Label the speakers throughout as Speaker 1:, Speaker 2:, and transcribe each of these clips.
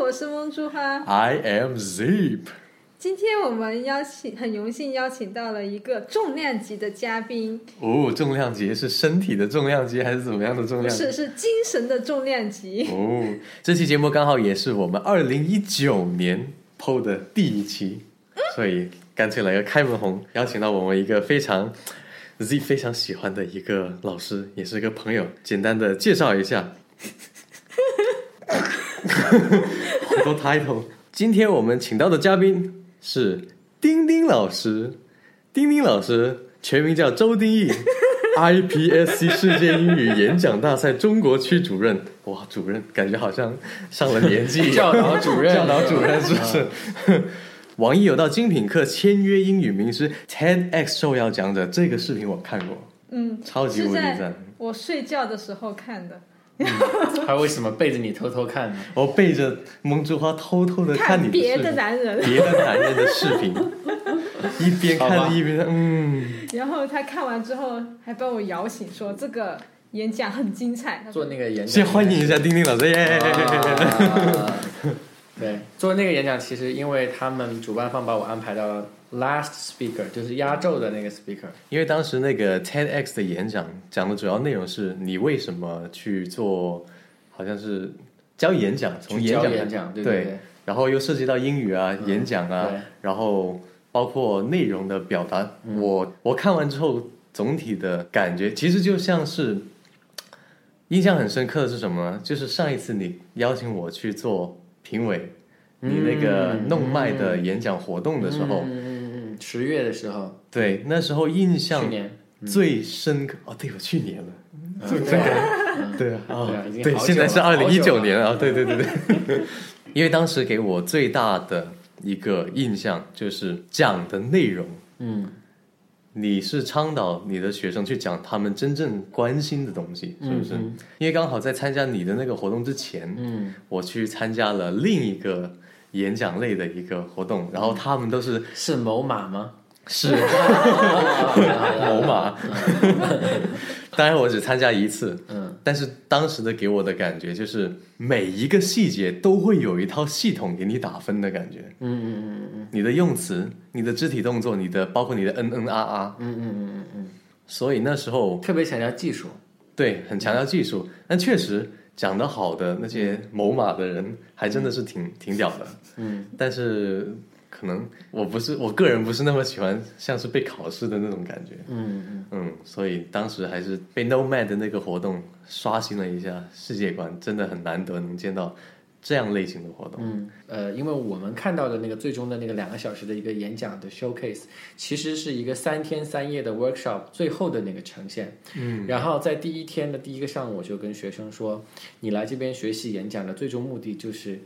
Speaker 1: 我是梦珠哈。
Speaker 2: I am Zip。
Speaker 1: 今天我们邀请，很荣幸邀请到了一个重量级的嘉宾，
Speaker 2: 哦，重量级是身体的重量级还是怎么样的重
Speaker 1: 不
Speaker 2: 量级？
Speaker 1: 是是精神的重量级。
Speaker 2: 哦，这期节目刚好也是我们二零一九年 PO 的第一期，所以干脆来个开门红，邀请到我们一个非常 Z 非常喜欢的一个老师，也是个朋友，简单的介绍一下。 好多 title。今天我们请到的嘉宾是丁丁老师，丁丁老师全名叫周丁义，IPSC 世界英语演讲大赛中国区主任。哇，主任感觉好像上了年纪一样，
Speaker 3: 教导主任
Speaker 2: 教导主任是不是？王毅有到精品课签约英语名师 TEDx 受邀讲者，这个视频我看过，
Speaker 1: 嗯，
Speaker 2: 超级无
Speaker 1: 是
Speaker 2: 敌
Speaker 1: 在
Speaker 2: 赞。
Speaker 1: 我睡觉的时候看的，
Speaker 3: 他为什么背着你偷偷看呢？
Speaker 2: 我背着蒙珠花偷偷的看
Speaker 1: 看
Speaker 2: 你的视
Speaker 1: 别
Speaker 2: 频
Speaker 1: 的男人。
Speaker 2: 别的男人的视频，一边
Speaker 3: 好
Speaker 2: 看
Speaker 3: 吧
Speaker 2: 一边嗯，
Speaker 1: 然后他看完之后还把我摇醒，说这个演讲很精彩。他说
Speaker 3: 做那个演讲，
Speaker 2: 先欢迎一下丁丁老师耶！
Speaker 3: 啊。对，做那个演讲，其实因为他们主办方把我安排到了 last speaker，就是压轴的那个 speaker。
Speaker 2: 因为当时那个 TEDx 的演讲讲的主要内容是你为什么去做，好像是教演讲，从
Speaker 3: 去
Speaker 2: 演
Speaker 3: 教
Speaker 2: 讲
Speaker 3: 演讲，对
Speaker 2: 对
Speaker 3: 对，
Speaker 2: 然后又涉及到英语啊、演讲啊，
Speaker 3: 对
Speaker 2: 然后包括内容的表达。
Speaker 3: 嗯
Speaker 2: 我我看完之后，总体的感觉其实就像是印象很深刻的是什么呢？就是上一次你邀请我去做评委，你那个
Speaker 3: 嗯
Speaker 2: 弄麦的演讲活动的时候，
Speaker 3: 嗯嗯嗯，十月的时候，
Speaker 2: 对，那时候印
Speaker 3: 去
Speaker 2: 象
Speaker 3: 年，
Speaker 2: 最深刻哦，对，我去年了。
Speaker 3: 嗯
Speaker 2: 这
Speaker 3: 对啊
Speaker 2: 对啊，
Speaker 3: 对啊
Speaker 2: 哦
Speaker 3: 已经
Speaker 2: 对，
Speaker 3: 好久
Speaker 2: 现在是二
Speaker 3: 了
Speaker 2: 零
Speaker 3: 嗯好
Speaker 2: 一
Speaker 3: 久
Speaker 2: 九
Speaker 3: 了
Speaker 2: 年了啊，对对对对， 因为当时给我最大的一个印象就是讲的内容，
Speaker 3: 嗯
Speaker 2: 你是倡导你的学生去讲他们真正关心的东西，是不是？
Speaker 3: 嗯
Speaker 2: 因为刚好在参加你的那个活动之前，
Speaker 3: 嗯，
Speaker 2: 我去参加了另一个演讲类的一个活动，然后他们都是
Speaker 3: 是某马吗？
Speaker 2: 是某 马，当然我只参加一次，
Speaker 3: 嗯，
Speaker 2: 但是当时的给我的感觉就是每一个细节都会有一套系统给你打分的感觉
Speaker 3: 嗯，嗯嗯
Speaker 2: 你的用词、你的肢体动作、你的包括你的嗯嗯啊啊，
Speaker 3: 嗯嗯嗯嗯
Speaker 2: 所以那时候
Speaker 3: 嗯，特别强调技术，
Speaker 2: 对很强调技术，但确实讲得好的那些某马的人还真的是挺挺屌的，
Speaker 3: 嗯，
Speaker 2: 但是可能我不是我个人不是那么喜欢像是被考试的那种感觉，
Speaker 3: 嗯嗯，
Speaker 2: 嗯，所以当时还是被 Nomad 的那个活动刷新了一下世界观，真的很难得能见到这样类型的活动。
Speaker 3: 嗯，呃，因为我们看到的那个最终的那个两个小时的一个演讲的 showcase，其实是一个三天三夜的 workshop 最后的那个呈现。嗯，然后在第一天的第一个上午，我就跟学生说，你来这边学习演讲的最终目的就是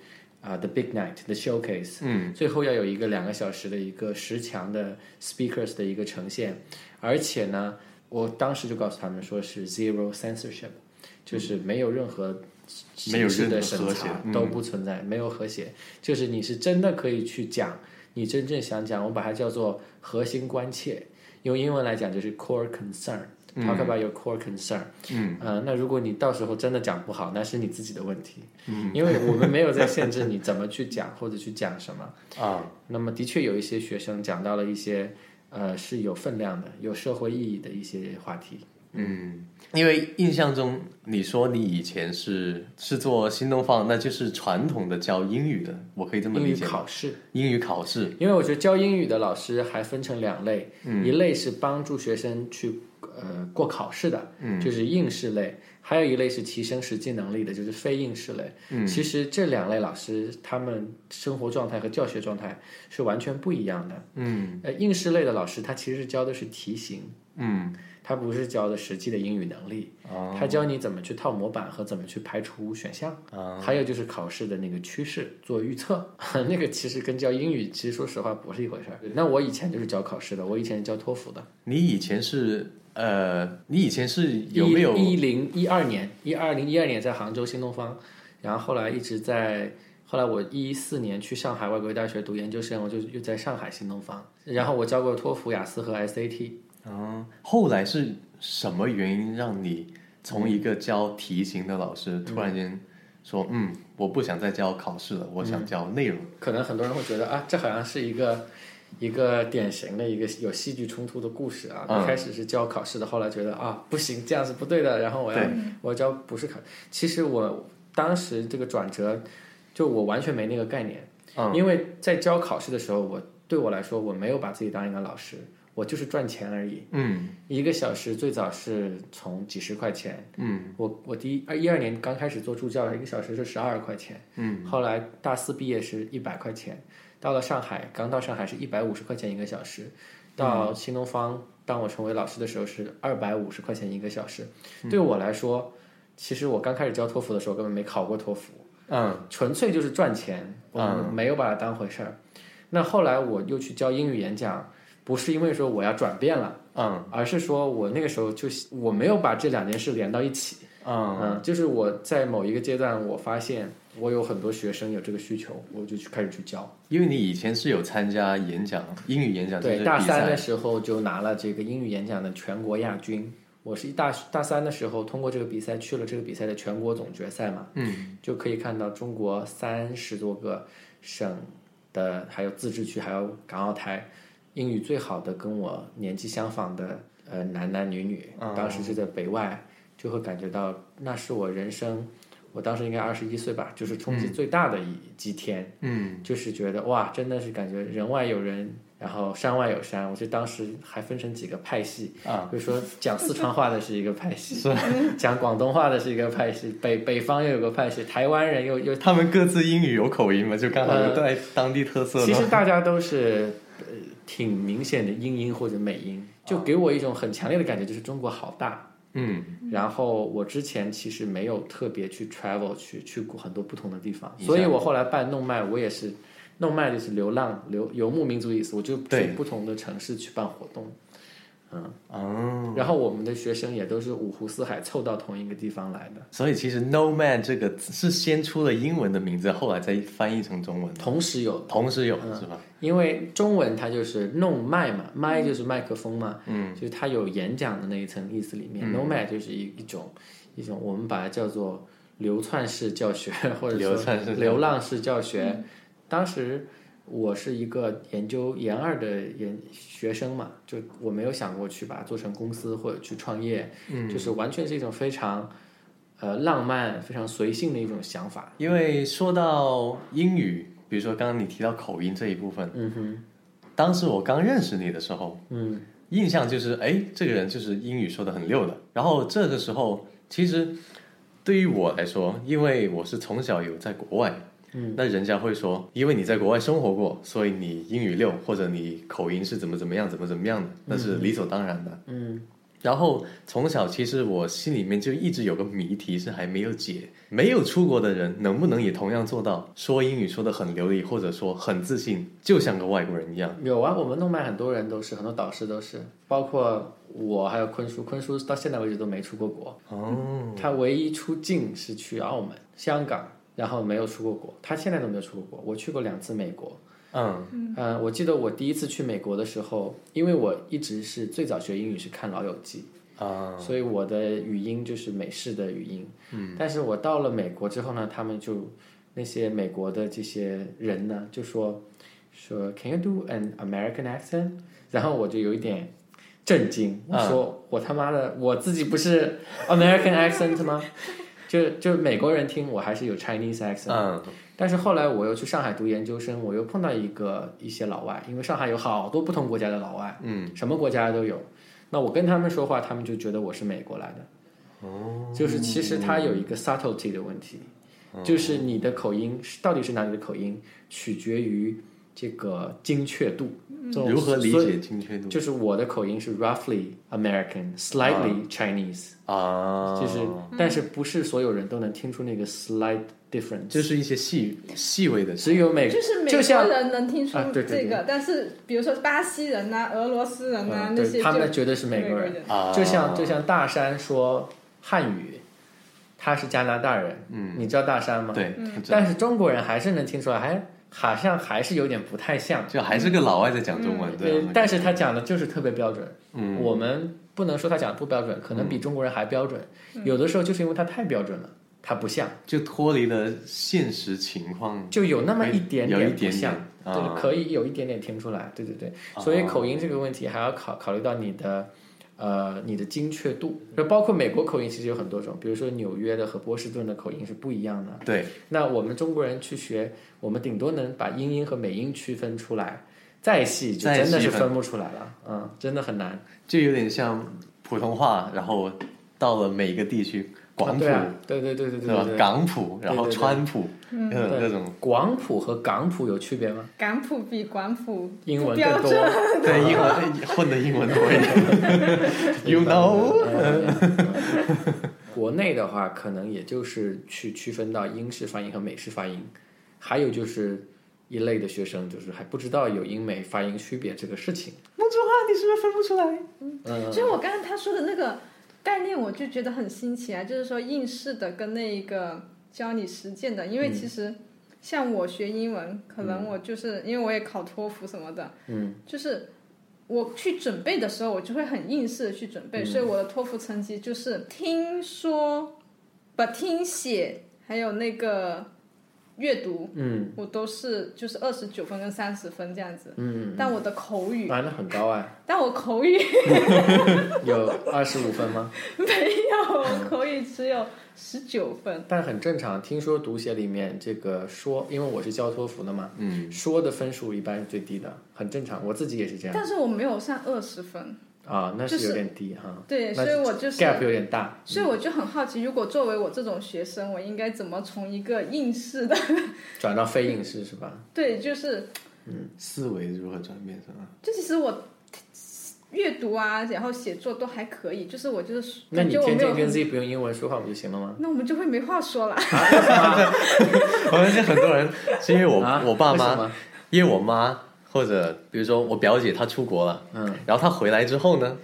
Speaker 3: 啊、the big night，the showcase。
Speaker 2: 嗯，
Speaker 3: 最后要有一个两个小时的一个十强的 speakers 的一个呈现，而且呢，我当时就告诉他们说是 zero censorship，就是没有任何
Speaker 2: 没有
Speaker 3: 形
Speaker 2: 任
Speaker 3: 式
Speaker 2: 何
Speaker 3: 的审
Speaker 2: 和谐
Speaker 3: 查
Speaker 2: 嗯
Speaker 3: 都不存在，没有和谐，就是你是真的可以去讲你真正想讲，我把它叫做核心关切，用英文来讲就是 core concern。Talk
Speaker 2: 嗯
Speaker 3: about your core concern。嗯，呃，那如果你到时候真的讲不好，那是你自己的问题。嗯，因为我们没有在限制你怎么去讲或者去讲什么。
Speaker 2: 啊，
Speaker 3: 那么的确有一些学生讲到了一些呃是有分量的、有社会意义的一些话题。
Speaker 2: 嗯，因为印象中你说你以前是是做新东方，那就是传统的教英语的，我可以这么
Speaker 3: 英
Speaker 2: 理
Speaker 3: 语
Speaker 2: 解吗。
Speaker 3: 考试，
Speaker 2: 英语考试，
Speaker 3: 因为我觉得教英语的老师还分成两类，
Speaker 2: 嗯
Speaker 3: 一类是帮助学生去呃过考试的，
Speaker 2: 嗯
Speaker 3: 就是应试类；还有一类是提升实际能力的，就是非应试类。
Speaker 2: 嗯
Speaker 3: 其实这两类老师他们生活状态和教学状态是完全不一样的。
Speaker 2: 嗯
Speaker 3: 呃，应试类的老师他其实教的是题型。
Speaker 2: 嗯，
Speaker 3: 他不是教的实际的英语能力，
Speaker 2: 哦
Speaker 3: 他教你怎么去套模板和怎么去排除选项，
Speaker 2: 嗯啊哦
Speaker 3: 还有就是考试的那个趋势做预测， 那个其实跟教英语其实说实话不是一回事儿。那我以前就是教考试的，我以前是教托福的，
Speaker 2: 你以前是呃，你以前是有没有
Speaker 3: 一零一二年，一二零一二年在杭州新东方，然后后来一直在。后来我一四年去上海外国语大学读研究生，我就又在上海新东方，然后我教过托福、雅思和 SAT，
Speaker 2: 嗯，后来是什么原因让你从一个教题型的老师突然间说嗯，我不想再教考试了，我想教内容。
Speaker 3: 可能很多人会觉得啊，这好像是一个一个典型的一个有戏剧冲突的故事啊。
Speaker 2: 嗯
Speaker 3: 一开始是教考试的，后来觉得啊不行，这样是不对的，然后我要
Speaker 2: 对
Speaker 3: 我要教不是考。其实我当时这个转折，就我完全没那个概念，
Speaker 2: 嗯
Speaker 3: 因为在教考试的时候，我对我来说我没有把自己当一个老师，我就是赚钱而已。
Speaker 2: 嗯
Speaker 3: 一个小时最早是从几十块钱，
Speaker 2: 嗯
Speaker 3: 我我第一二一二年刚开始做助教，一个小时是十二块钱。
Speaker 2: 嗯
Speaker 3: 后来大四毕业是一百块钱，到了上海，刚到上海是一百五十块钱一个小时，到
Speaker 2: 嗯
Speaker 3: 新东方，当我成为老师的时候是二百五十块钱一个小时。
Speaker 2: 嗯
Speaker 3: 对我来说，其实我刚开始教托福的时候根本没考过托福，
Speaker 2: 嗯
Speaker 3: 纯粹就是赚钱，我没有把它当回事儿。那后来我又去教英语演讲，不是因为说我要转变了，
Speaker 2: 嗯
Speaker 3: 而是说我那个时候就是我没有把这两件事连到一起。
Speaker 2: 嗯
Speaker 3: 嗯，就是我在某一个阶段，我发现我有很多学生有这个需求，我就去开始去教。
Speaker 2: 因为你以前是有参加演讲英语演讲这
Speaker 3: 对，
Speaker 2: 个
Speaker 3: 大
Speaker 2: 比
Speaker 3: 三
Speaker 2: 赛，
Speaker 3: 的时候就拿了这个英语演讲的全国亚军。我是一大大三的时候通过这个比赛去了这个比赛的全国总决赛嘛，嗯，就可以看到中国三十多个省的，还有自治区，还有港澳台，英语最好的跟我年纪相仿的呃男男女女，
Speaker 2: 嗯
Speaker 3: 当时就在北外，就会感觉到那是我人生，我当时应该二十一岁吧，就是冲击最大的一几天。
Speaker 2: 嗯
Speaker 3: 就是觉得哇，真的是感觉人外有人，然后山外有山。我就当时还分成几个派系，
Speaker 2: 啊，
Speaker 3: 比如说讲四川话的是一个派系，讲广东话的是一个派系，北北方又有个派系，台湾人又又
Speaker 2: 他们各自英语有口音嘛，就刚好有带当地特色
Speaker 3: 呃其
Speaker 2: 的。
Speaker 3: 实大家都是呃挺明显的英音或者美音，就给我一种很强烈的感觉，就是中国好大。
Speaker 2: 嗯，
Speaker 3: 然后我之前其实没有特别去 travel 去去过很多不同的地方，
Speaker 2: 你
Speaker 3: 所以
Speaker 2: 像
Speaker 3: 我后来办弄麦，我也是弄麦就是流浪流游牧民族的意思，我就去
Speaker 2: 对
Speaker 3: 不同的城市去办活动。嗯，
Speaker 2: 哦，
Speaker 3: 然后我们的学生也都是五湖四海凑到同一个地方来的，
Speaker 2: 所以其实 nomad 这个是先出了英文的名字，后来再翻译成中文的，
Speaker 3: 同时有
Speaker 2: 同时有
Speaker 3: 嗯
Speaker 2: 是吧？
Speaker 3: 因为中文它就是弄麦嘛，
Speaker 2: 嗯
Speaker 3: 麦就是麦克风嘛，嗯，就是它有演讲的那一层意思里面、n
Speaker 2: 嗯
Speaker 3: o m a d 就是一一种一种我们把它叫做流窜式教学， 或者
Speaker 2: 流窜式教
Speaker 3: 说
Speaker 2: 学嗯
Speaker 3: 流浪式教学。当时我是一个研究研二的研学生嘛，就我没有想过去把它做成公司或者去创业，嗯，就是完全是一种非常呃浪漫、非常随性的一种想法。
Speaker 2: 因为说到英语，比如说刚刚你提到口音这一部分，
Speaker 3: 嗯哼，
Speaker 2: 当时我刚认识你的时候，
Speaker 3: 嗯，
Speaker 2: 印象就是，哎，这个人就是英语说的很溜的。然后这个时候，其实对于我来说，因为我是从小有在国外，嗯，那人家会说，因为你在国外生活过，所以你英语溜，或者你口音是怎么怎么样，怎么怎么样的，那是理所当然的。
Speaker 3: 嗯，
Speaker 2: 然后从小，其实我心里面就一直有个谜题是还没有解：没有出国的人能不能也同样做到说英语说的很流利，或者说很自信，就像个外国人一样？
Speaker 3: 有啊，我们动漫很多人都是，很多导师都是，包括我，还有坤叔。坤叔到现在为止都没出过国，
Speaker 2: 哦，
Speaker 3: 他唯一出境是去澳门、香港，然后没有出过国。他现在都没有出过国。我去过两次美国。
Speaker 2: 嗯
Speaker 3: 嗯、我记得我第一次去美国的时候，因为我一直是最早学英语是看《老友记》
Speaker 2: 啊，
Speaker 3: 所以我的语音就是美式的语音。嗯，但是我到了美国之后呢，他们就那些美国的这些人呢，就说说 Can you do an American accent？然后我就有一点震惊，我
Speaker 2: 啊
Speaker 3: 说我他妈的我自己不是 American accent 吗？就就美国人听我还是有 Chinese accent，、
Speaker 2: 嗯
Speaker 3: 但是后来我又去上海读研究生，我又碰到一个一些老外，因为上海有好多不同国家的老外，
Speaker 2: 嗯，
Speaker 3: 什么国家都有。那我跟他们说话，他们就觉得我是美国来的。哦，就是其实它有一个 subtlety 的问题，
Speaker 2: 哦
Speaker 3: 就是你的口音是到底是哪里的口音，取决于这个精确度。这种
Speaker 2: 如何理
Speaker 3: 所以
Speaker 2: 解精确度
Speaker 3: 就是我的口音是 roughly American，slightly Chinese，、
Speaker 2: 啊？
Speaker 3: 就是但是不是所有人都能听出那个 slight difference，
Speaker 2: 就是一些细细微的，
Speaker 3: 只有美
Speaker 1: 就是美
Speaker 3: 就像
Speaker 1: 国人能听出
Speaker 3: 啊
Speaker 1: 这
Speaker 3: 对
Speaker 1: 个，
Speaker 3: 对对
Speaker 1: 但是比如说巴西人呐、俄罗斯人呐、
Speaker 3: 嗯
Speaker 1: 那
Speaker 3: 对
Speaker 1: 些就
Speaker 3: 他们绝对是美国人
Speaker 1: 人。
Speaker 2: 啊，
Speaker 3: 就像就像大山说汉语，他是加拿大人，嗯，你知道大山吗？，
Speaker 2: 对，
Speaker 3: 但是中国人还是能听出来，还好像还是有点不太像。
Speaker 2: 就还是个老外在讲中文，对
Speaker 3: 呃
Speaker 2: 吧，
Speaker 3: 但是他讲的就是特别标准，
Speaker 2: 嗯，
Speaker 3: 嗯我们不能说他讲的不标准，可能比中国人还标准。有的时候就是因为他太标准了，它不像，
Speaker 2: 就脱离了现实情况，
Speaker 3: 就嗯有那么一点
Speaker 2: 有一
Speaker 3: 不
Speaker 2: 点
Speaker 3: 像。
Speaker 2: 点
Speaker 3: 对，
Speaker 2: 啊，
Speaker 3: 可以有一点点听出来，对对对，所以口音这个问题还要考考虑到你的，呃，你的精确度，就包括美国口音其实有很多种，比如说纽约的和波士顿的口音是不一样的。
Speaker 2: 对，
Speaker 3: 那我们中国人去学，我们顶多能把英音和美音区分出来，再细就真的是分不出来了，嗯，真的很难。
Speaker 2: 就有点像普通话，然后到了每个地区，广
Speaker 3: 啊
Speaker 2: 普
Speaker 3: 对啊，对对对对
Speaker 2: 是
Speaker 3: 对
Speaker 2: 吧
Speaker 3: 对？对。
Speaker 2: 港普，然后
Speaker 3: 对对对
Speaker 2: 川普，各
Speaker 3: 对
Speaker 2: 各种
Speaker 3: 广普和港普有区别吗？
Speaker 1: 港普比广普
Speaker 3: 英文
Speaker 1: 不
Speaker 3: 更
Speaker 1: 标
Speaker 3: 多
Speaker 1: 准，
Speaker 2: 对英 文混的英文多一点，You know，
Speaker 3: 国内的话，可能也就是去区分到英式发音和美式发音，还有就是一类的学生就是还不知道有英美发音区别这个事情。
Speaker 2: 孟子话你是不是分不出来？
Speaker 3: 嗯，
Speaker 1: 就是我刚刚他说的那个概念，我就觉得很新奇啊，就是说应试的跟那个教你实践的，因为其实像我学英文，可能我就是、因为我也考托福什么的，嗯，就是我去准备的时候，我就会很应试的去准备，所以我的托福成绩就是听说、把听写还有那个阅读，嗯，我都是就是二十九分跟三十分这样子，嗯，但我的口语，
Speaker 3: 啊，那很高啊，
Speaker 1: 但我口语。
Speaker 3: 有二十五分吗？
Speaker 1: 没有，口语只有十九分。
Speaker 3: 但很正常。听说读写里面这个说，因为我是教托福的嘛，嗯，说的分数一般是最低的，很正常。我自己也是这样
Speaker 1: 但是我没有上二十分，
Speaker 3: 啊，那
Speaker 1: 就是
Speaker 3: 有点低哈。
Speaker 1: 对，
Speaker 3: 那
Speaker 1: 所以我就是，
Speaker 3: gap 有点大，
Speaker 1: 所以我就很好奇，如果作为我这种学生，我应该怎么从一个应试的，
Speaker 3: 转到非应试是吧？
Speaker 1: 对，就是，
Speaker 2: 思维如何转变是吧？
Speaker 1: 就其实我阅读啊，然后写作都还可以，就是我就是
Speaker 3: 那
Speaker 1: 感
Speaker 3: 你
Speaker 1: 觉我
Speaker 3: 天
Speaker 1: 没
Speaker 3: 天
Speaker 1: 有，
Speaker 3: 跟 Z 不用英文说话不就行了吗？
Speaker 1: 那我们就会没话说了。
Speaker 2: 我相信很多人是因为我
Speaker 3: 啊
Speaker 2: 我爸
Speaker 3: 为什
Speaker 2: 妈，
Speaker 3: 么
Speaker 2: 因为我妈或者比如说我表姐她出国了，嗯，然后她回来之后呢，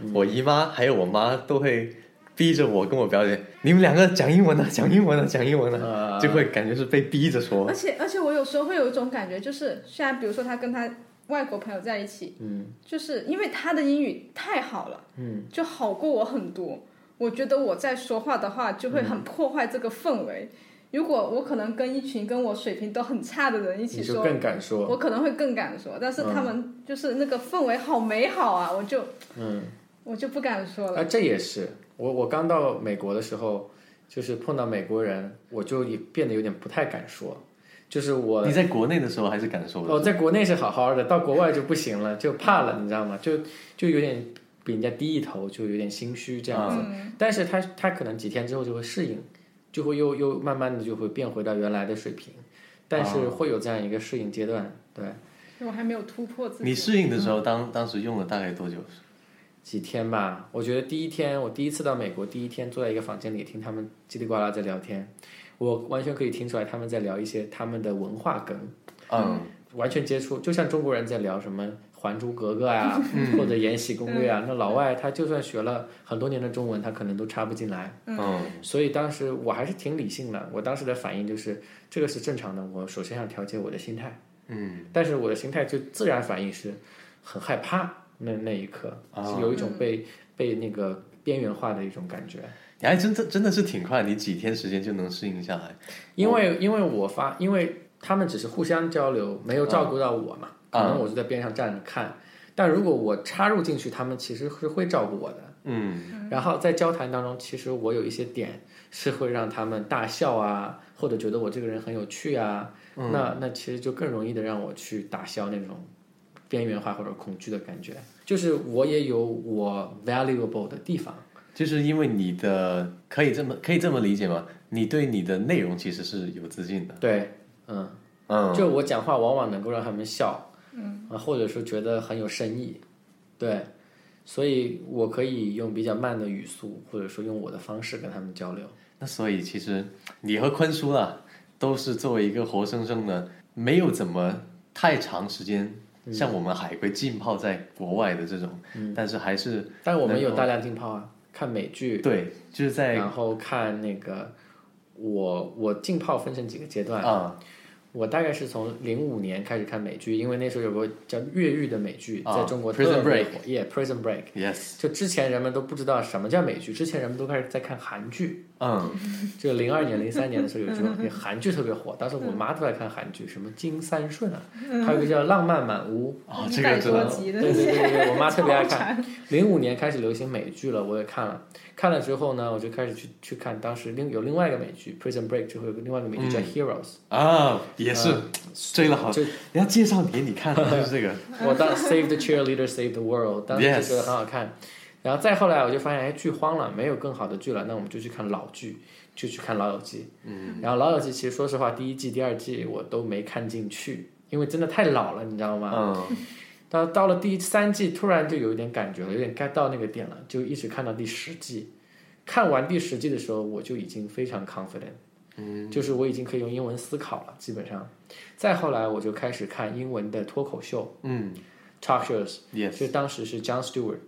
Speaker 3: 嗯
Speaker 2: 我姨妈还有我妈都会逼着我跟我表姐，你们两个讲英文呢、啊讲英文呢、讲英文呢、
Speaker 3: 啊
Speaker 2: 就会感觉是被逼着说
Speaker 1: 而。且而且我有时候会有一种感觉，就是虽然比如说他跟他外国朋友在一起，嗯，就是因为他的英语太好了，嗯，就好过我很多。我觉得我在说话的话就会很破坏这个氛围。如果我可能跟一群跟我水平都很差的人一起
Speaker 3: 你就
Speaker 1: 说，
Speaker 3: 更敢说，
Speaker 1: 我可能会更敢说，但是他们就是那个氛围好美好啊，我就
Speaker 3: 嗯，
Speaker 1: 我就不敢说了。
Speaker 3: 啊，这也是我我刚到美国的时候，就是碰到美国人，我就也变得有点不太敢说，就是我
Speaker 2: 你在国内的时候还是敢说的，
Speaker 3: 哦，在国内是好好的，到国外就不行了，就怕了，你知道吗？就就有点比人家低一头，就有点心虚这样子。
Speaker 1: 嗯
Speaker 3: 嗯但是他他可能几天之后就会适应，就会又又慢慢的就会变回到原来的水平，但
Speaker 2: 啊
Speaker 3: 是会有这样一个适应阶段，对，
Speaker 1: 我还没有突破自己。
Speaker 2: 你适应的
Speaker 3: 嗯
Speaker 2: 时候当当时用了大概多久？
Speaker 3: 几天吧。我觉得第一天，我第一次到美国，第一天坐在一个房间里听他们叽里呱啦在聊天，我完全可以听出来他们在聊一些他们的文化梗。
Speaker 2: 嗯，
Speaker 3: 完全接触，就像中国人在聊什么《还珠格格》啊，或者《延禧攻略》啊，那老外他就算学了很多年的中文，他可能都插不进来。
Speaker 2: 嗯，
Speaker 3: 所以当时我还是挺理性的，我当时的反应就是这个是正常的，我首先要调节我的心态。嗯，但是我的心态就自然反应是很害怕，那那一刻
Speaker 2: 啊
Speaker 3: 是有一种被、被那个边缘化的一种感觉。
Speaker 2: 你还真的真的是挺快，你几天时间就能适应下来。
Speaker 3: 因为因为我发，因为他们只是互相交流，没有照顾到我嘛，
Speaker 2: 啊
Speaker 3: 可能我就在边上站着看。但如果我插入进去，他们其实是会照顾我的。
Speaker 2: 嗯，
Speaker 3: 然后在交谈当中，其实我有一些点是会让他们大笑啊，或者觉得我这个人很有趣啊。
Speaker 2: 嗯
Speaker 3: 那那其实就更容易的让我去打消那种边缘化或者恐惧的感觉。就是我也有我 valuable 的地方。
Speaker 2: 就是因为你的可以这么可以这么理解吗？你对你的内容其实是有自信的。
Speaker 3: 对，嗯。
Speaker 2: 嗯，
Speaker 3: 就我讲话往往能够让他们笑，嗯，啊，或者说觉得很有深意，对，所以我可以用比较慢的语速，或者说用我的方式跟他们交流。
Speaker 2: 那所以其实你和坤叔啊，都是作为一个活生生的，没有怎么太长时间像我们海归浸泡在国外的这种，但是还是
Speaker 3: 但我们
Speaker 2: 能
Speaker 3: 有
Speaker 2: 够
Speaker 3: 大量浸泡啊，看美剧，
Speaker 2: 对，就是在
Speaker 3: 然后看那个，我我浸泡分成几个阶段，
Speaker 2: 啊、
Speaker 3: 我大概是从零五年开始看美剧，因为那时候有个叫越狱的美剧，
Speaker 2: 啊
Speaker 3: 在中国特
Speaker 2: Prison
Speaker 3: 别火，Yeah，Prison Break。
Speaker 2: Yes，
Speaker 3: 就之前人们都不知道什么叫美剧，之前人们都开始在看韩剧。
Speaker 2: 嗯，
Speaker 3: 就零二年、零三年的时候有这种韩剧特别火，当时我妈都在看韩剧，什么金三顺啊，还有一个叫《浪漫满屋》。
Speaker 2: 哦，
Speaker 1: 一
Speaker 2: 这
Speaker 1: 百
Speaker 2: 个知
Speaker 3: 多
Speaker 1: 多
Speaker 2: 道，
Speaker 1: 集的
Speaker 3: 对对对对，我妈特别爱
Speaker 1: 超
Speaker 3: 看。零五年开始流行美剧了，我也看了。看了之后呢，我就开始去去看，当时另有另外一个美剧《Prison Break》，之后有个另外一个美剧叫《Heroes
Speaker 2: 啊，也是嗯追了好，
Speaker 3: 就
Speaker 2: 人家介绍给你看的就是这 个，》，
Speaker 3: 我当 Save the Cheerleader, Save the World，当时就觉得
Speaker 2: Yes
Speaker 3: 很好看。然后再后来我就发现，哎，剧荒了，没有更好的剧了，那我们就去看老剧，就去看《老友记》。嗯。然后《老友记》其实说实话，第一季、第二季我都没看进去，因为真的太老了，你知道吗？
Speaker 2: 嗯，
Speaker 3: 到到了第三季，突然就有一点感觉了，有点 get 到那个点了，就一直看到第十季。看完第十季的时候，我就已经非常 confident，嗯，就是我已经可以用英文思考了，基本上。再后来，我就开始看英文的脱口秀，嗯，talk shows，
Speaker 2: 也
Speaker 3: 就当时是 John Stewart，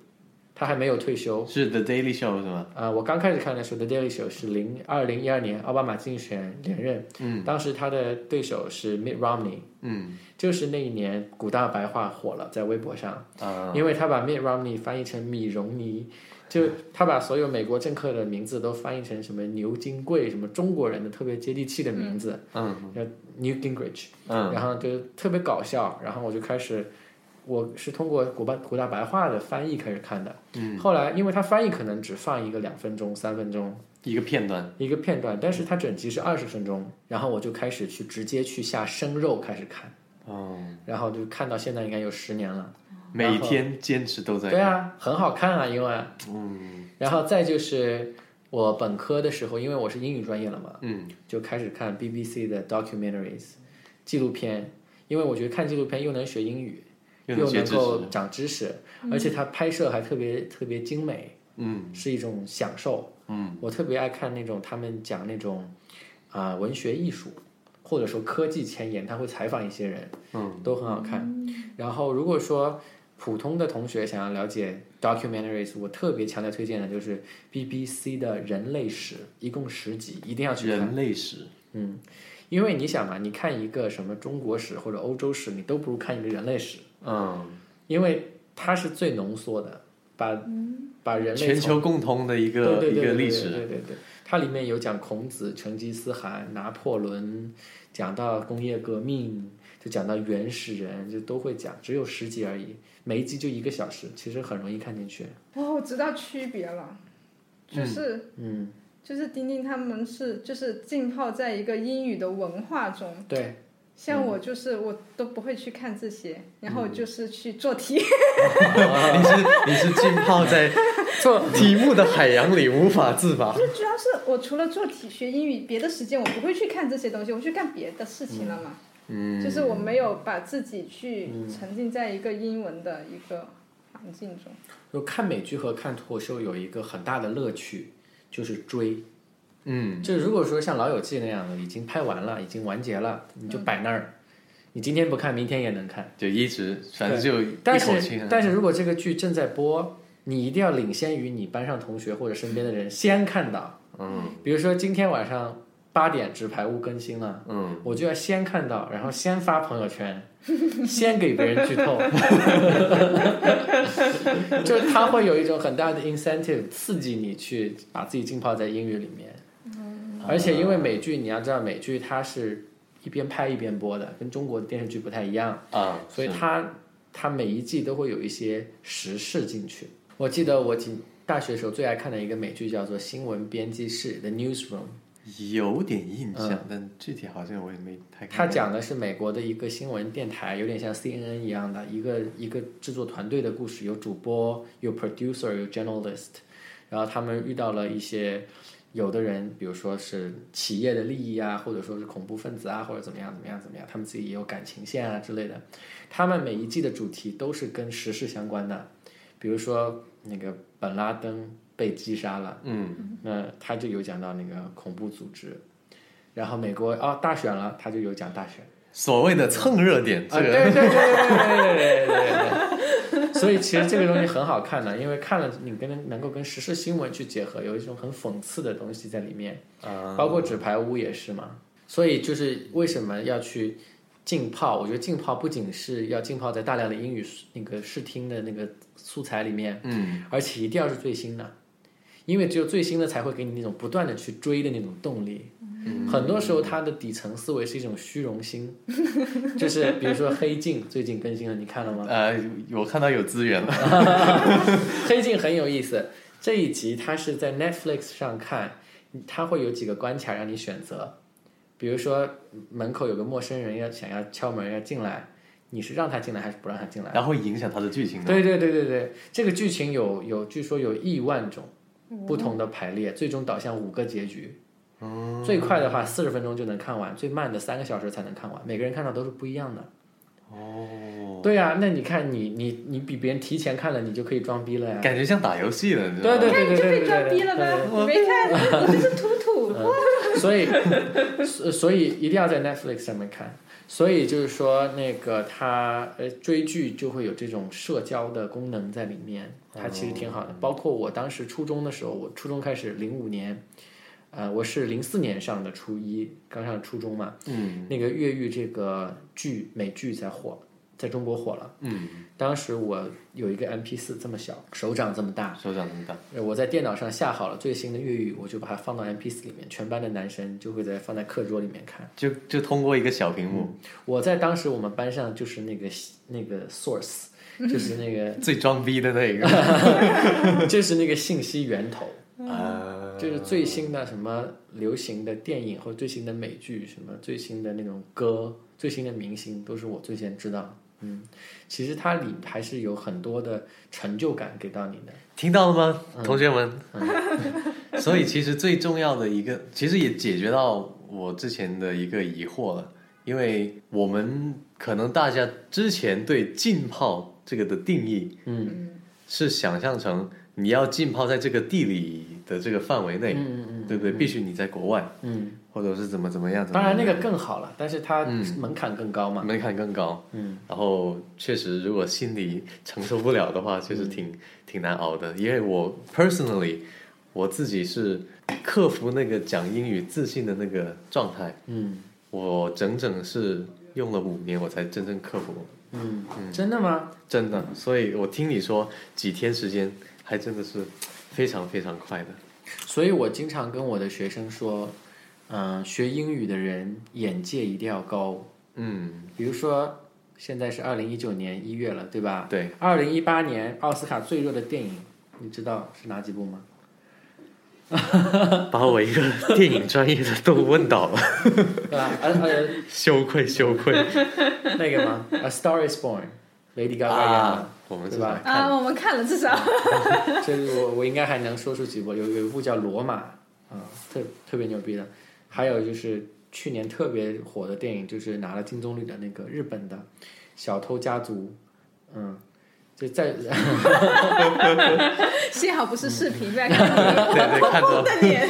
Speaker 3: 他还没有退休。
Speaker 2: 是 The Daily Show 是吗？
Speaker 3: 啊、我刚开始看的时候，《The Daily Show》是零二零一二年奥巴马竞选连任，嗯，当时他的对手是 Mitt Romney，嗯，就是那一年古大白话火了，在微博上。
Speaker 2: 啊，
Speaker 3: 因为他把 Mitt Romney 翻译成米romney，就他把所有美国政客的名字都翻译成什么牛金贵，什么中国人的特别接地气的名字，
Speaker 2: 嗯
Speaker 3: 叫 New Gingrich，
Speaker 2: 嗯
Speaker 3: 然后就特别搞笑，然后我就开始，我是通过古巴古大白话的翻译开始看的，嗯，后来因为他翻译可能只放一个两分钟、三分钟
Speaker 2: 一个片段，
Speaker 3: 一个片段，但是他整集是二十分钟，然后我就开始去直接去下生肉开始看，
Speaker 2: 哦，
Speaker 3: 然后就看到现在应该有十年了。
Speaker 2: 每天坚持都在，
Speaker 3: 对啊，很好看啊，因为嗯，然后再就是我本科的时候，因为我是英语专业了嘛，
Speaker 2: 嗯，
Speaker 3: 就开始看 BBC 的 documentaries 纪录片，因为我觉得看纪录片又能学英语，
Speaker 2: 又
Speaker 3: 又
Speaker 2: 能学知
Speaker 3: 够
Speaker 2: 识，
Speaker 3: 长知识，而且它拍摄还特别特别精美，
Speaker 2: 嗯，
Speaker 3: 是一种享受，嗯，我特别爱看那种他们讲那种啊、文学艺术。或者说科技前沿，他会采访一些人，嗯，都很好看。然后如果说普通的同学想要了解 documentaries，我特别强烈推荐的就是 BBC 的人类史，一共十集，一定要去看。
Speaker 2: 人类史，
Speaker 3: 嗯，因为你想嘛，你看一个什么中国史或者欧洲史，你都不如看一个人类史，
Speaker 2: 嗯，
Speaker 3: 因为它是最浓缩的，把把人类从
Speaker 2: 全球共通的一个
Speaker 3: 对对
Speaker 2: 一
Speaker 3: 对
Speaker 2: 个
Speaker 3: 对
Speaker 2: 历
Speaker 3: 对
Speaker 2: 史，
Speaker 3: 对对对，它里面有讲孔子、成吉思汗、拿破仑，讲到工业革命，就讲到原始人，就都会讲，只有十集而已，每一集就一个小时，其实很容易看进去。
Speaker 1: 哦，我知道区别了，就是、
Speaker 3: 嗯，
Speaker 1: 就是丁丁他们是就是浸泡在一个英语的文化中，
Speaker 3: 对，
Speaker 1: 像
Speaker 3: 嗯
Speaker 1: 我就是我都不会去看这些，然后就是去做题，
Speaker 2: 你是你是浸泡 在
Speaker 3: 做
Speaker 2: 题目的海洋里无法自拔，
Speaker 1: 最主要是我除了做题学英语，别的时间我不会去看这些东西，我去干别的事情了嘛。嗯，就是我没有把自己去沉浸在一个英文的一个环境中。
Speaker 3: 就看美剧和看脱口秀有一个很大的乐趣，就是追。
Speaker 2: 嗯，
Speaker 3: 就如果说像《老友记》那样的，已经拍完了，已经完结了，你就摆那儿，你今天不看，明天也能看。
Speaker 2: 就一直反正就一
Speaker 3: 但
Speaker 2: 口气啊
Speaker 3: 是，但是如果这个剧正在播，你一定要领先于你班上同学或者身边的人先看到。嗯，比如说今天晚上八点纸牌屋更新了，
Speaker 2: 嗯，
Speaker 3: 我就要先看到，然后先发朋友圈， 先给别人剧透， 就是它会有一种很大的 incentive 刺激你去把自己浸泡在英语里面。
Speaker 2: 嗯
Speaker 3: 而且因为美剧，你要知道美剧它是一边拍一边播的，跟中国的电视剧不太一样。
Speaker 2: 啊，
Speaker 3: 所以
Speaker 2: 是
Speaker 3: 它它每一季都会有一些时事进去。我记得我几大学时候最爱看的一个美剧叫做《新闻编辑室》（The Newsroom），
Speaker 2: 有点印象，但具体好像我也没太
Speaker 3: 它
Speaker 2: 看过。
Speaker 3: 嗯讲的是美国的一个新闻电台，有点像 CNN 一样的一个一个制作团队的故事，有主播，有 producer，有 journalist，然后他们遇到了一些。有的人，比如说是企业的利益啊，或者说是恐怖分子啊，或者怎么样怎么样怎么样，他们自己也有感情线啊之类的。他们每一季的主题都是跟时事相关的，比如说那个本拉登被击杀了，嗯，那他就有讲到那个恐怖组织，然后美国哦大选了，他就有讲大选，
Speaker 2: 所谓的蹭热点，
Speaker 3: 啊，
Speaker 2: 这
Speaker 3: 对
Speaker 2: 个
Speaker 3: 对对对对对对对对对。所以其实这个东西很好看的，因为看了你跟能够跟时事新闻去结合，有一种很讽刺的东西在里面。
Speaker 2: 啊，
Speaker 3: 包括纸牌屋也是嘛。所以就是为什么要去浸泡？我觉得浸泡不仅是要浸泡在大量的英语那个试听的那个素材里面，嗯，而且一定要是最新的，因为只有最新的才会给你那种不断的去追的那种动力。很多时候，它的底层思维是一种虚荣心，就是比如说《黑镜》最近更新了，你看了吗？
Speaker 2: 呃，我看到有资源了，
Speaker 3: 黑镜很有意思，这一集它是在 Netflix 上看，它会有几个关卡让你选择，比如说门口有个陌生人要想要敲门要进来，你是让他进来还是不让他进来？
Speaker 2: 然后影响它的剧情的。
Speaker 3: 对对对对对，这个剧情有有据说有亿万种不同的排列，最终导向五个结局。最快的话四十分钟就能看完，最慢的三个小时才能看完，每个人看到都是不一样的。哦，对呀、那你看你你你比别人提前看了，你就可以装逼了呀。
Speaker 2: 感觉像打游戏了，你知道
Speaker 3: 对
Speaker 2: 吗？
Speaker 1: 看
Speaker 3: 对对
Speaker 1: 你
Speaker 3: 对
Speaker 1: 就
Speaker 3: 对
Speaker 1: 被
Speaker 3: 对
Speaker 1: 装
Speaker 3: 对
Speaker 1: 逼了吧？你没看，你就是土土。
Speaker 3: 所以，所所以一定要在 Netflix 上面看。所以就是说，那个它呃追剧就会有这种社交的功能在里面，它其实挺好的。包括我当时初中的时候，我初中开始零五年，呃，我是零四年上的初一，刚上初中嘛。嗯。那个越狱这个剧美剧才火，在中国火了。嗯。当时我有一个 MP 四这么小，手掌这么大。
Speaker 2: 手掌这么大，
Speaker 3: 呃我在电脑上下好了最新的越狱，我就把它放到 M P 四里面，全班的男生就会在放在课桌里面看。
Speaker 2: 就就通过一个小屏幕，
Speaker 3: 我在当时我们班上就是那个那个 source，就是 那个
Speaker 2: 最装逼的那个
Speaker 3: 就是那个信息源头，
Speaker 2: 啊，
Speaker 3: 就是最新的什么流行的电影或者最新的美剧，什么最新的那种歌、最新的明星，都是我最先知道的。嗯，其实它里还是有很多的成就感给到你的。
Speaker 2: 听到了吗，同学们？嗯 所以其实最重要的一个，其实也解决到我之前的一个疑惑了，因为我们可能大家之前对浸泡这个的定义
Speaker 3: 嗯
Speaker 2: 是想象成你要浸泡在这个地理的这个范围内，
Speaker 3: 嗯嗯
Speaker 2: 对不对？必须你在国外，
Speaker 3: 嗯，
Speaker 2: 或者是怎么怎么样？怎么
Speaker 3: 当然那
Speaker 2: 样
Speaker 3: 个更好了，但是它
Speaker 2: 嗯
Speaker 3: 门槛更高嘛。
Speaker 2: 门槛更高，
Speaker 3: 嗯，
Speaker 2: 然后确实如果心里承受不了的话，确实挺、挺难熬的。因为我 personally 我自己是克服那个讲英语自信的那个状态，
Speaker 3: 嗯
Speaker 2: 我整整是用了五年，我才真正克服，
Speaker 3: 嗯，真的吗？
Speaker 2: 真的。所以我听你说几天时间，还真的是非常非常快的。
Speaker 3: 所以我经常跟我的学生说，嗯、学英语的人眼界一定要高。
Speaker 2: 嗯，
Speaker 3: 比如说，现在是二零一九年一月了，对吧？
Speaker 2: 对，
Speaker 3: 二零一八年奥斯卡最热的电影，你知道是哪几部吗？
Speaker 2: 把我一个电影专业的都问倒 了，
Speaker 3: 对吧？呃呃，
Speaker 2: 羞愧羞愧。
Speaker 3: 那个吗？A Star Is Born，雷迪嘎嘎演的。
Speaker 2: 啊，我们
Speaker 3: 对
Speaker 2: 是吧
Speaker 3: 吧？
Speaker 1: 啊，我们看了，至少
Speaker 3: 这个我我应该还能说出几部，有有一部叫《罗马》啊、特特别牛逼的，还有就是去年特别火的电影，就是拿了金棕榈的那个日本的《小偷家族》，嗯，就在
Speaker 1: 幸好不是视
Speaker 3: 嗯
Speaker 1: 频，不然看你
Speaker 2: 对对，看到
Speaker 1: 痛的脸。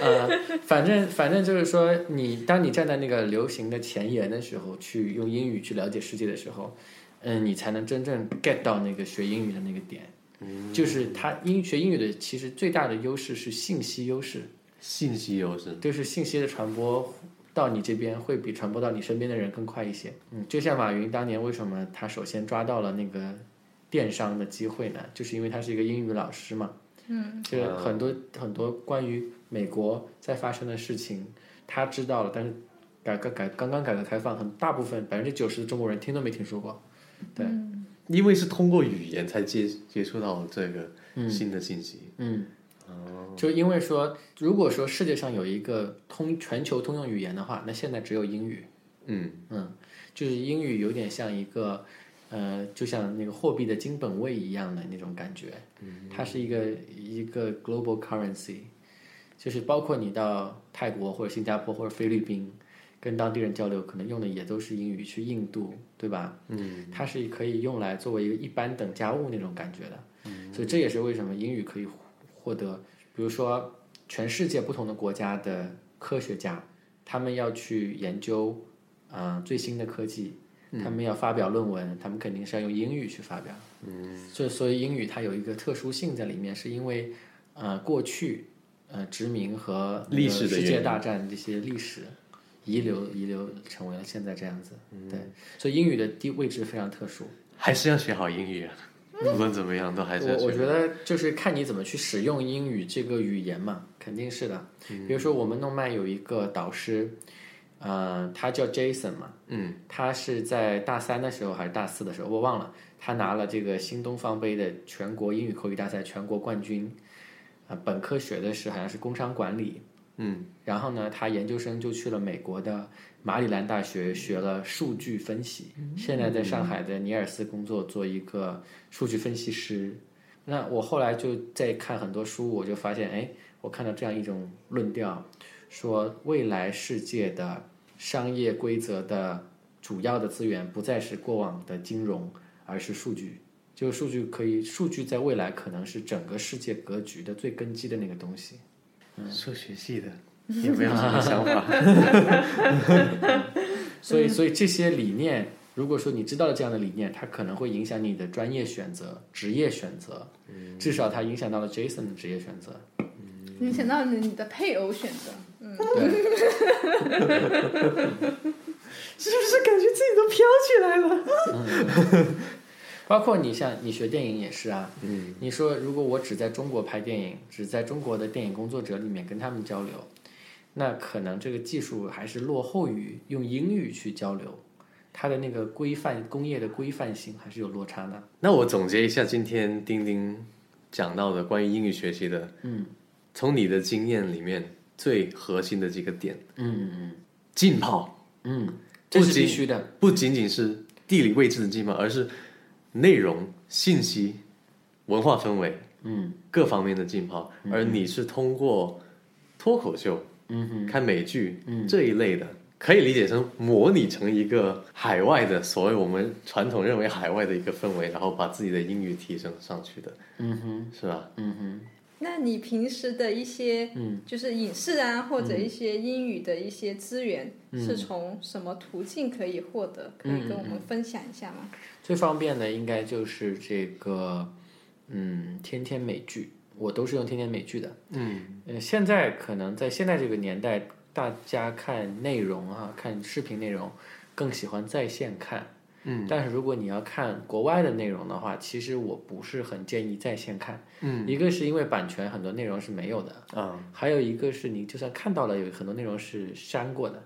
Speaker 3: 呃，反正反正就是说你，当你站在那个流行的前沿的时候，去用英语去了解世界的时候，嗯，你才能真正 get 到那个学英语的那个点。就是他英学英语的其实最大的优势是信息优势，
Speaker 2: 信息优势。
Speaker 3: 就是信息的传播到你这边会比传播到你身边的人更快一些。嗯，就像马云当年为什么他首先抓到了那个电商的机会呢？就是因为他是一个英语老师嘛。嗯，就是很多很多关于美国在发生的事情，他知道了，但是改革改刚刚改革开放，很大部分百分之九十的中国人听都没听说过。对，
Speaker 2: 因为是通过语言才接接触到这个新的信息，
Speaker 3: 嗯，就因为说，如果说世界上有一个通全球通用语言的话，那现在只有英语。
Speaker 2: 嗯
Speaker 3: 嗯，就是英语有点像一个，呃，就像那个货币的金本位一样的那种感觉。它是一个一个 global currency，就是包括你到泰国或者新加坡或者菲律宾，跟当地人交流，可能用的也都是英语。去印度，对吧？嗯，它是可以用来作为一个一般等价物那种感觉的。嗯，所以这也是为什么英语可以获得，比如说全世界不同的国家的科学家，他们要去研究。啊、最新的科技，
Speaker 2: 嗯
Speaker 3: 他们要发表论文，他们肯定是要用英语去发表。嗯，所以所以英语它有一个特殊性在里面，是因为呃过去呃殖民和那个
Speaker 2: 历史的
Speaker 3: 世
Speaker 2: 原
Speaker 3: 界
Speaker 2: 因
Speaker 3: 大战这些历史遗留遗留成为了现在这样子。
Speaker 2: 嗯
Speaker 3: 对，所以英语的地位置非常特殊。
Speaker 2: 还是要学好英语啊，无论怎么样都还是要
Speaker 3: 我我
Speaker 2: 学。
Speaker 3: 觉得就是看你怎么去使用英语这个语言嘛，肯定是的。比如说我们诺曼有一个导师，呃，他叫 Jason 嘛，
Speaker 2: 嗯，
Speaker 3: 他是在大三的时候还是大四的时候，我忘了，他拿了这个新东方杯的全国英语口语大赛全国冠军，啊、本科学的是好像是工商管理，嗯，然后呢，他研究生就去了美国的马里兰大学学了数据分析，现在在上海的尼尔斯工作做一个数据分析师。那我后来就在看很多书，我就发现，哎，我看到这样一种论调，说未来世界的商业规则的主要的资源不再是过往的金融，而是数据。就是数据可以，数据在未来可能是整个世界格局的最根基的那个东西。
Speaker 2: 嗯数学系的嗯也没有什么想法。
Speaker 3: 所以，所以这些理念，如果说你知道了这样的理念，它可能会影响你的专业选择、职业选择。至少它影响到了 Jason 的职业选择。
Speaker 1: 你想到你的配偶选择，
Speaker 3: 对。
Speaker 2: 是不是感觉自己都飘起来了？
Speaker 3: 包括你像你学电影也是啊，嗯，你说如果我只在中国拍电影，只在中国的电影工作者里面跟他们交流，那可能这个技术还是落后于用英语去交流，它的那个规范工业的规范性还是有落差的。
Speaker 2: 那我总结一下今天丁丁讲到的关于英语学习的，
Speaker 3: 嗯，
Speaker 2: 从你的经验里面最核心的几个点，
Speaker 3: 嗯嗯
Speaker 2: 浸泡
Speaker 3: 嗯，
Speaker 2: 不
Speaker 3: 这是必
Speaker 2: 仅
Speaker 3: 须的。
Speaker 2: 不仅仅是地理位置的浸泡，而是内容、信息、文化氛围
Speaker 3: 嗯
Speaker 2: 各方面的浸泡。而你是通过脱口秀、
Speaker 3: 嗯哼
Speaker 2: 看美剧、
Speaker 3: 嗯
Speaker 2: 这一类的。可以理解成模拟成一个海外的所谓我们传统认为海外的一个氛围，然后把自己的英语提升上去的，
Speaker 3: 嗯哼
Speaker 2: 是吧？
Speaker 3: 嗯哼
Speaker 1: 那你平时的一些
Speaker 3: 嗯
Speaker 1: 就是影视啊，或者一些英语的一些资源，是从什么途径可以获得？可以跟我们分享一下吗？
Speaker 3: 最方便的应该就是这个，嗯，天天美剧，我都是用天天美剧的。
Speaker 2: 嗯
Speaker 3: 呃，现在可能在现在这个年代，大家看内容啊，看视频内容，更喜欢在线看。
Speaker 2: 嗯，
Speaker 3: 但是如果你要看国外的内容的话，其实我不是很建议在线看。
Speaker 2: 嗯
Speaker 3: 一个是因为版权很多内容是没有的，
Speaker 2: 啊，
Speaker 3: 还有一个是你就算看到了，有很多内容是删过的。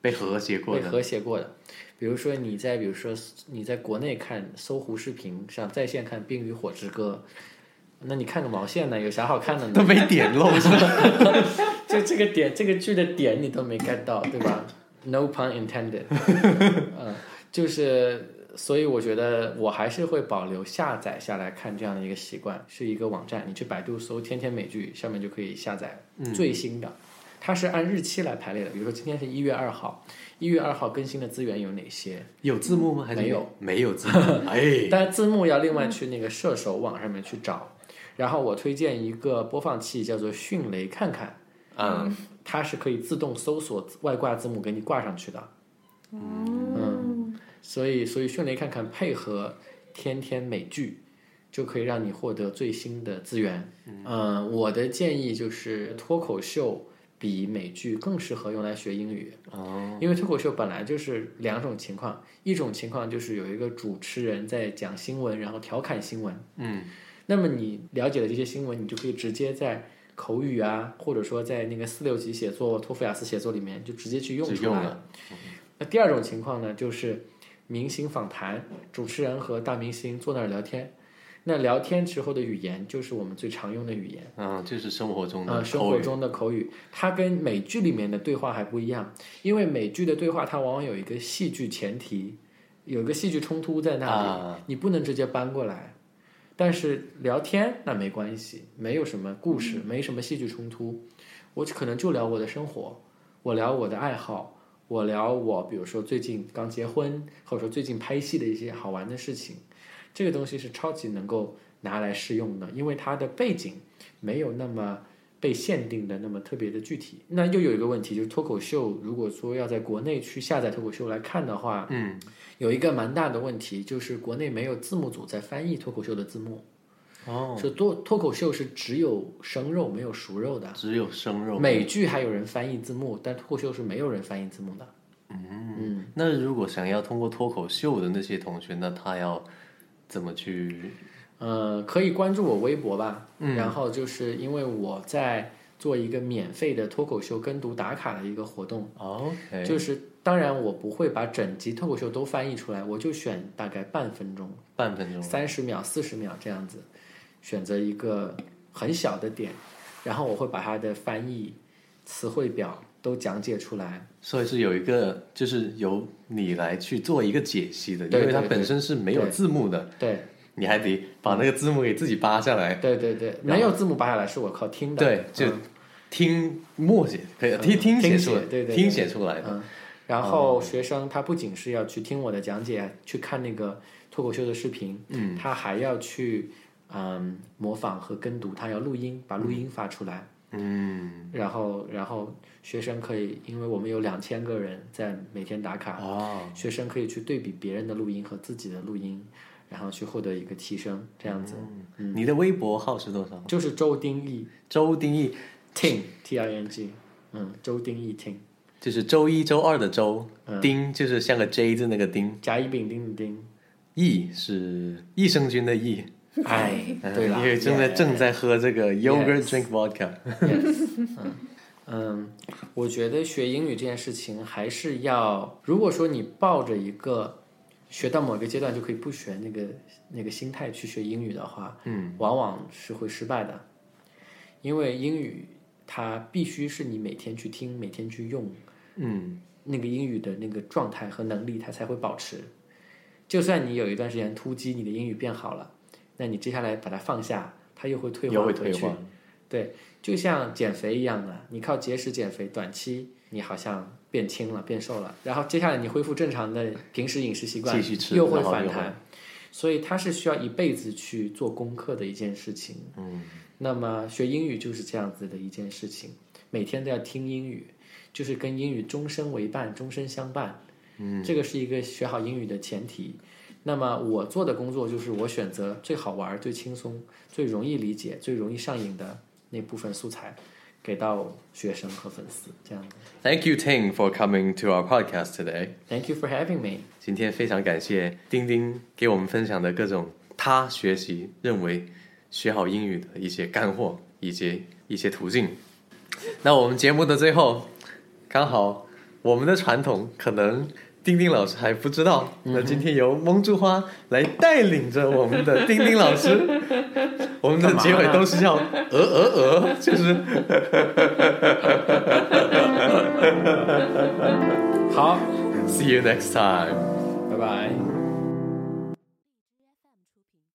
Speaker 2: 被和谐过
Speaker 3: 被
Speaker 2: 的，
Speaker 3: 和谐过的。比如说你在，比如说你在国内看搜狐视频上在线看《冰与火之歌》，那你看个毛线呢？有啥好看的
Speaker 2: 都
Speaker 3: 呢？
Speaker 2: 被点漏是吧？
Speaker 3: 就这个点，这个剧的点你都没 get 到，对吧？No pun intended 。嗯，就是。所以我觉得我还是会保留下载下来看这样的一个习惯，是一个网站，你去百度搜“天天美剧”，上面就可以下载
Speaker 2: 嗯
Speaker 3: 最新的。它是按日期来排列的，比如说今天是一月二号，一月二号更新的资源有哪些？
Speaker 2: 有字幕吗？还是
Speaker 3: 没有？
Speaker 2: 没有字幕。 哎，
Speaker 3: 但字幕要另外去那个射手网上面去找。然后我推荐一个播放器叫做迅雷看看，
Speaker 2: 嗯，
Speaker 3: 它是可以自动搜索外挂字幕给你挂上去的。
Speaker 1: 嗯，
Speaker 3: 所以，所以迅雷看看配合天天美剧，就可以让你获得最新的资源。嗯、我的建议就是脱口秀比美剧更适合用来学英语。
Speaker 2: 哦，
Speaker 3: 因为脱口秀本来就是两种情况，一种情况就是有一个主持人在讲新闻，然后调侃新闻，
Speaker 2: 嗯，
Speaker 3: 那么你了解了这些新闻，你就可以直接在口语啊，或者说在那个四六级写作、托福雅思写作里面就直接去用
Speaker 2: 只
Speaker 3: 出
Speaker 2: 用
Speaker 3: 来
Speaker 2: 了。
Speaker 3: 那第二种情况呢，就是明星访谈，主持人和大明星坐那儿聊天，那聊天时候的语言就是我们最常用的语言。
Speaker 2: 嗯，就是生活中
Speaker 3: 呃，
Speaker 2: 的
Speaker 3: 生
Speaker 2: 口
Speaker 3: 活
Speaker 2: 语
Speaker 3: 中的口语，它跟美剧里面的对话还不一样，因为美剧的对话它往往有一个戏剧前提，有一个戏剧冲突在那里，
Speaker 2: 啊，
Speaker 3: 你不能直接搬过来。但是聊天那没关系，没有什么故事，没什么戏剧冲突，我可能就聊我的生活，我聊我的爱好，我聊我比如说最近刚结婚，或者说最近拍戏的一些好玩的事情，这个东西是超级能够拿来试用的，因为它的背景没有那么被限定的那么特别的具体。那又有一个问题就是脱口秀，如果说要在国内去下载脱口秀来看的话，
Speaker 2: 嗯
Speaker 3: 有一个蛮大的问题，就是国内没有字幕组在翻译脱口秀的字幕，
Speaker 2: 哦，
Speaker 3: 说脱脱口秀是只有生肉没有熟肉的，
Speaker 2: 只有生肉。
Speaker 3: 美剧还有人翻译字幕，但脱口秀是没有人翻译字幕的。嗯
Speaker 2: 那如果想要通过脱口秀的那些同学，那他要怎么去？
Speaker 3: 呃，可以关注我微博吧。
Speaker 2: 嗯
Speaker 3: 然后就是因为我在做一个免费的脱口秀跟读打卡的一个活动。
Speaker 2: 哦，OK，
Speaker 3: 就是当然我不会把整集脱口秀都翻译出来，我就选大概半分钟、
Speaker 2: 半分钟。
Speaker 3: 三十秒、四十秒这样子，选择一个很小的点，然后我会把它的翻译词汇表都讲解出来。
Speaker 2: 所以是有一个，就是由你来去做一个解析的，
Speaker 3: 对
Speaker 2: 因为它
Speaker 3: 对
Speaker 2: 本身是没有
Speaker 3: 对
Speaker 2: 字幕的，
Speaker 3: 对
Speaker 2: 你还得把那个字幕给自己扒下来，
Speaker 3: 对对对，没有字幕扒下来是我靠听的。
Speaker 2: 哎对就
Speaker 3: 嗯
Speaker 2: 听默写，可以
Speaker 3: 嗯
Speaker 2: 听
Speaker 3: 听
Speaker 2: 写
Speaker 3: 写
Speaker 2: 出来，
Speaker 3: 对对对
Speaker 2: 听写出来的。
Speaker 3: 嗯，然
Speaker 2: 哦
Speaker 3: 后学生他不仅是要去听我的讲解，去看那个脱口秀的视频，嗯，他还要去嗯模仿和跟读，他要录音，把录音发出来。
Speaker 2: 嗯，
Speaker 3: 然后，然后学生可以，因为我们有两千个人在每天打卡，
Speaker 2: 哦，
Speaker 3: 学生可以去对比别人的录音和自己的录音，然后去获得一个提升，这样子。
Speaker 2: 你的微博号是多少？
Speaker 3: 就是周丁义
Speaker 2: 周丁义，
Speaker 3: Ting T I N G，嗯，周丁义 Ting，
Speaker 2: 就是周一周二的周，
Speaker 3: 嗯
Speaker 2: 丁就是像个 J 字那个丁，
Speaker 3: 甲乙丙丁 的丁。
Speaker 2: 益是益生菌的益。
Speaker 3: 哎，
Speaker 2: 嗯
Speaker 3: 对了，
Speaker 2: 因为正在
Speaker 3: yeah
Speaker 2: 正在喝这个 yogurt
Speaker 3: Yes
Speaker 2: drink vodka。
Speaker 3: 嗯，我觉得学英语这件事情还是要，如果说你抱着一个学到某一个阶段就可以不学那个那个心态去学英语的话，嗯，往往是会失败的，因为英语它必须是你每天去听、每天去用，
Speaker 2: 嗯，
Speaker 3: 那个英语的那个状态和能力它才会保持。就算你有一段时间突击你的英语变好了，那你接下来把它放下，它又会退
Speaker 2: 又
Speaker 3: 化
Speaker 2: 会
Speaker 3: 回
Speaker 2: 退
Speaker 3: 去。
Speaker 2: 化。
Speaker 3: 对，就像减肥一样的，你靠节食减肥，短期你好像变轻了、变瘦了，然后接下来你恢复正常的平时饮食习惯，
Speaker 2: 继续吃
Speaker 3: 又会
Speaker 2: 然后
Speaker 3: 反
Speaker 2: 又会
Speaker 3: 弹。所以它是需要一辈子去做功课的一件事情。嗯，那么学英语就是这样子的一件事情，每天都要听英语，就是跟英语终身为伴、终身相伴。嗯，这个是一个学好英语的前提。那么我做的工作就是我选择最好玩、最轻松、最容易理解、最容易上瘾的那部分素材，给到学生和粉丝。这样子
Speaker 2: Thank you Ting for coming to our podcast today。
Speaker 3: ，Thank you for having me。
Speaker 2: 今天非常感谢丁丁给我们分享的各种他学习认为学好英语的一些干货，以及一些途径。那我们节目的最后，刚好我们的传统可能丁丁老师还不知道，那今天由蒙珠花来带领着我们的丁丁老师，我们的结尾都是叫呃呃呃，就是
Speaker 3: 好，
Speaker 2: see you next time。
Speaker 3: 拜拜。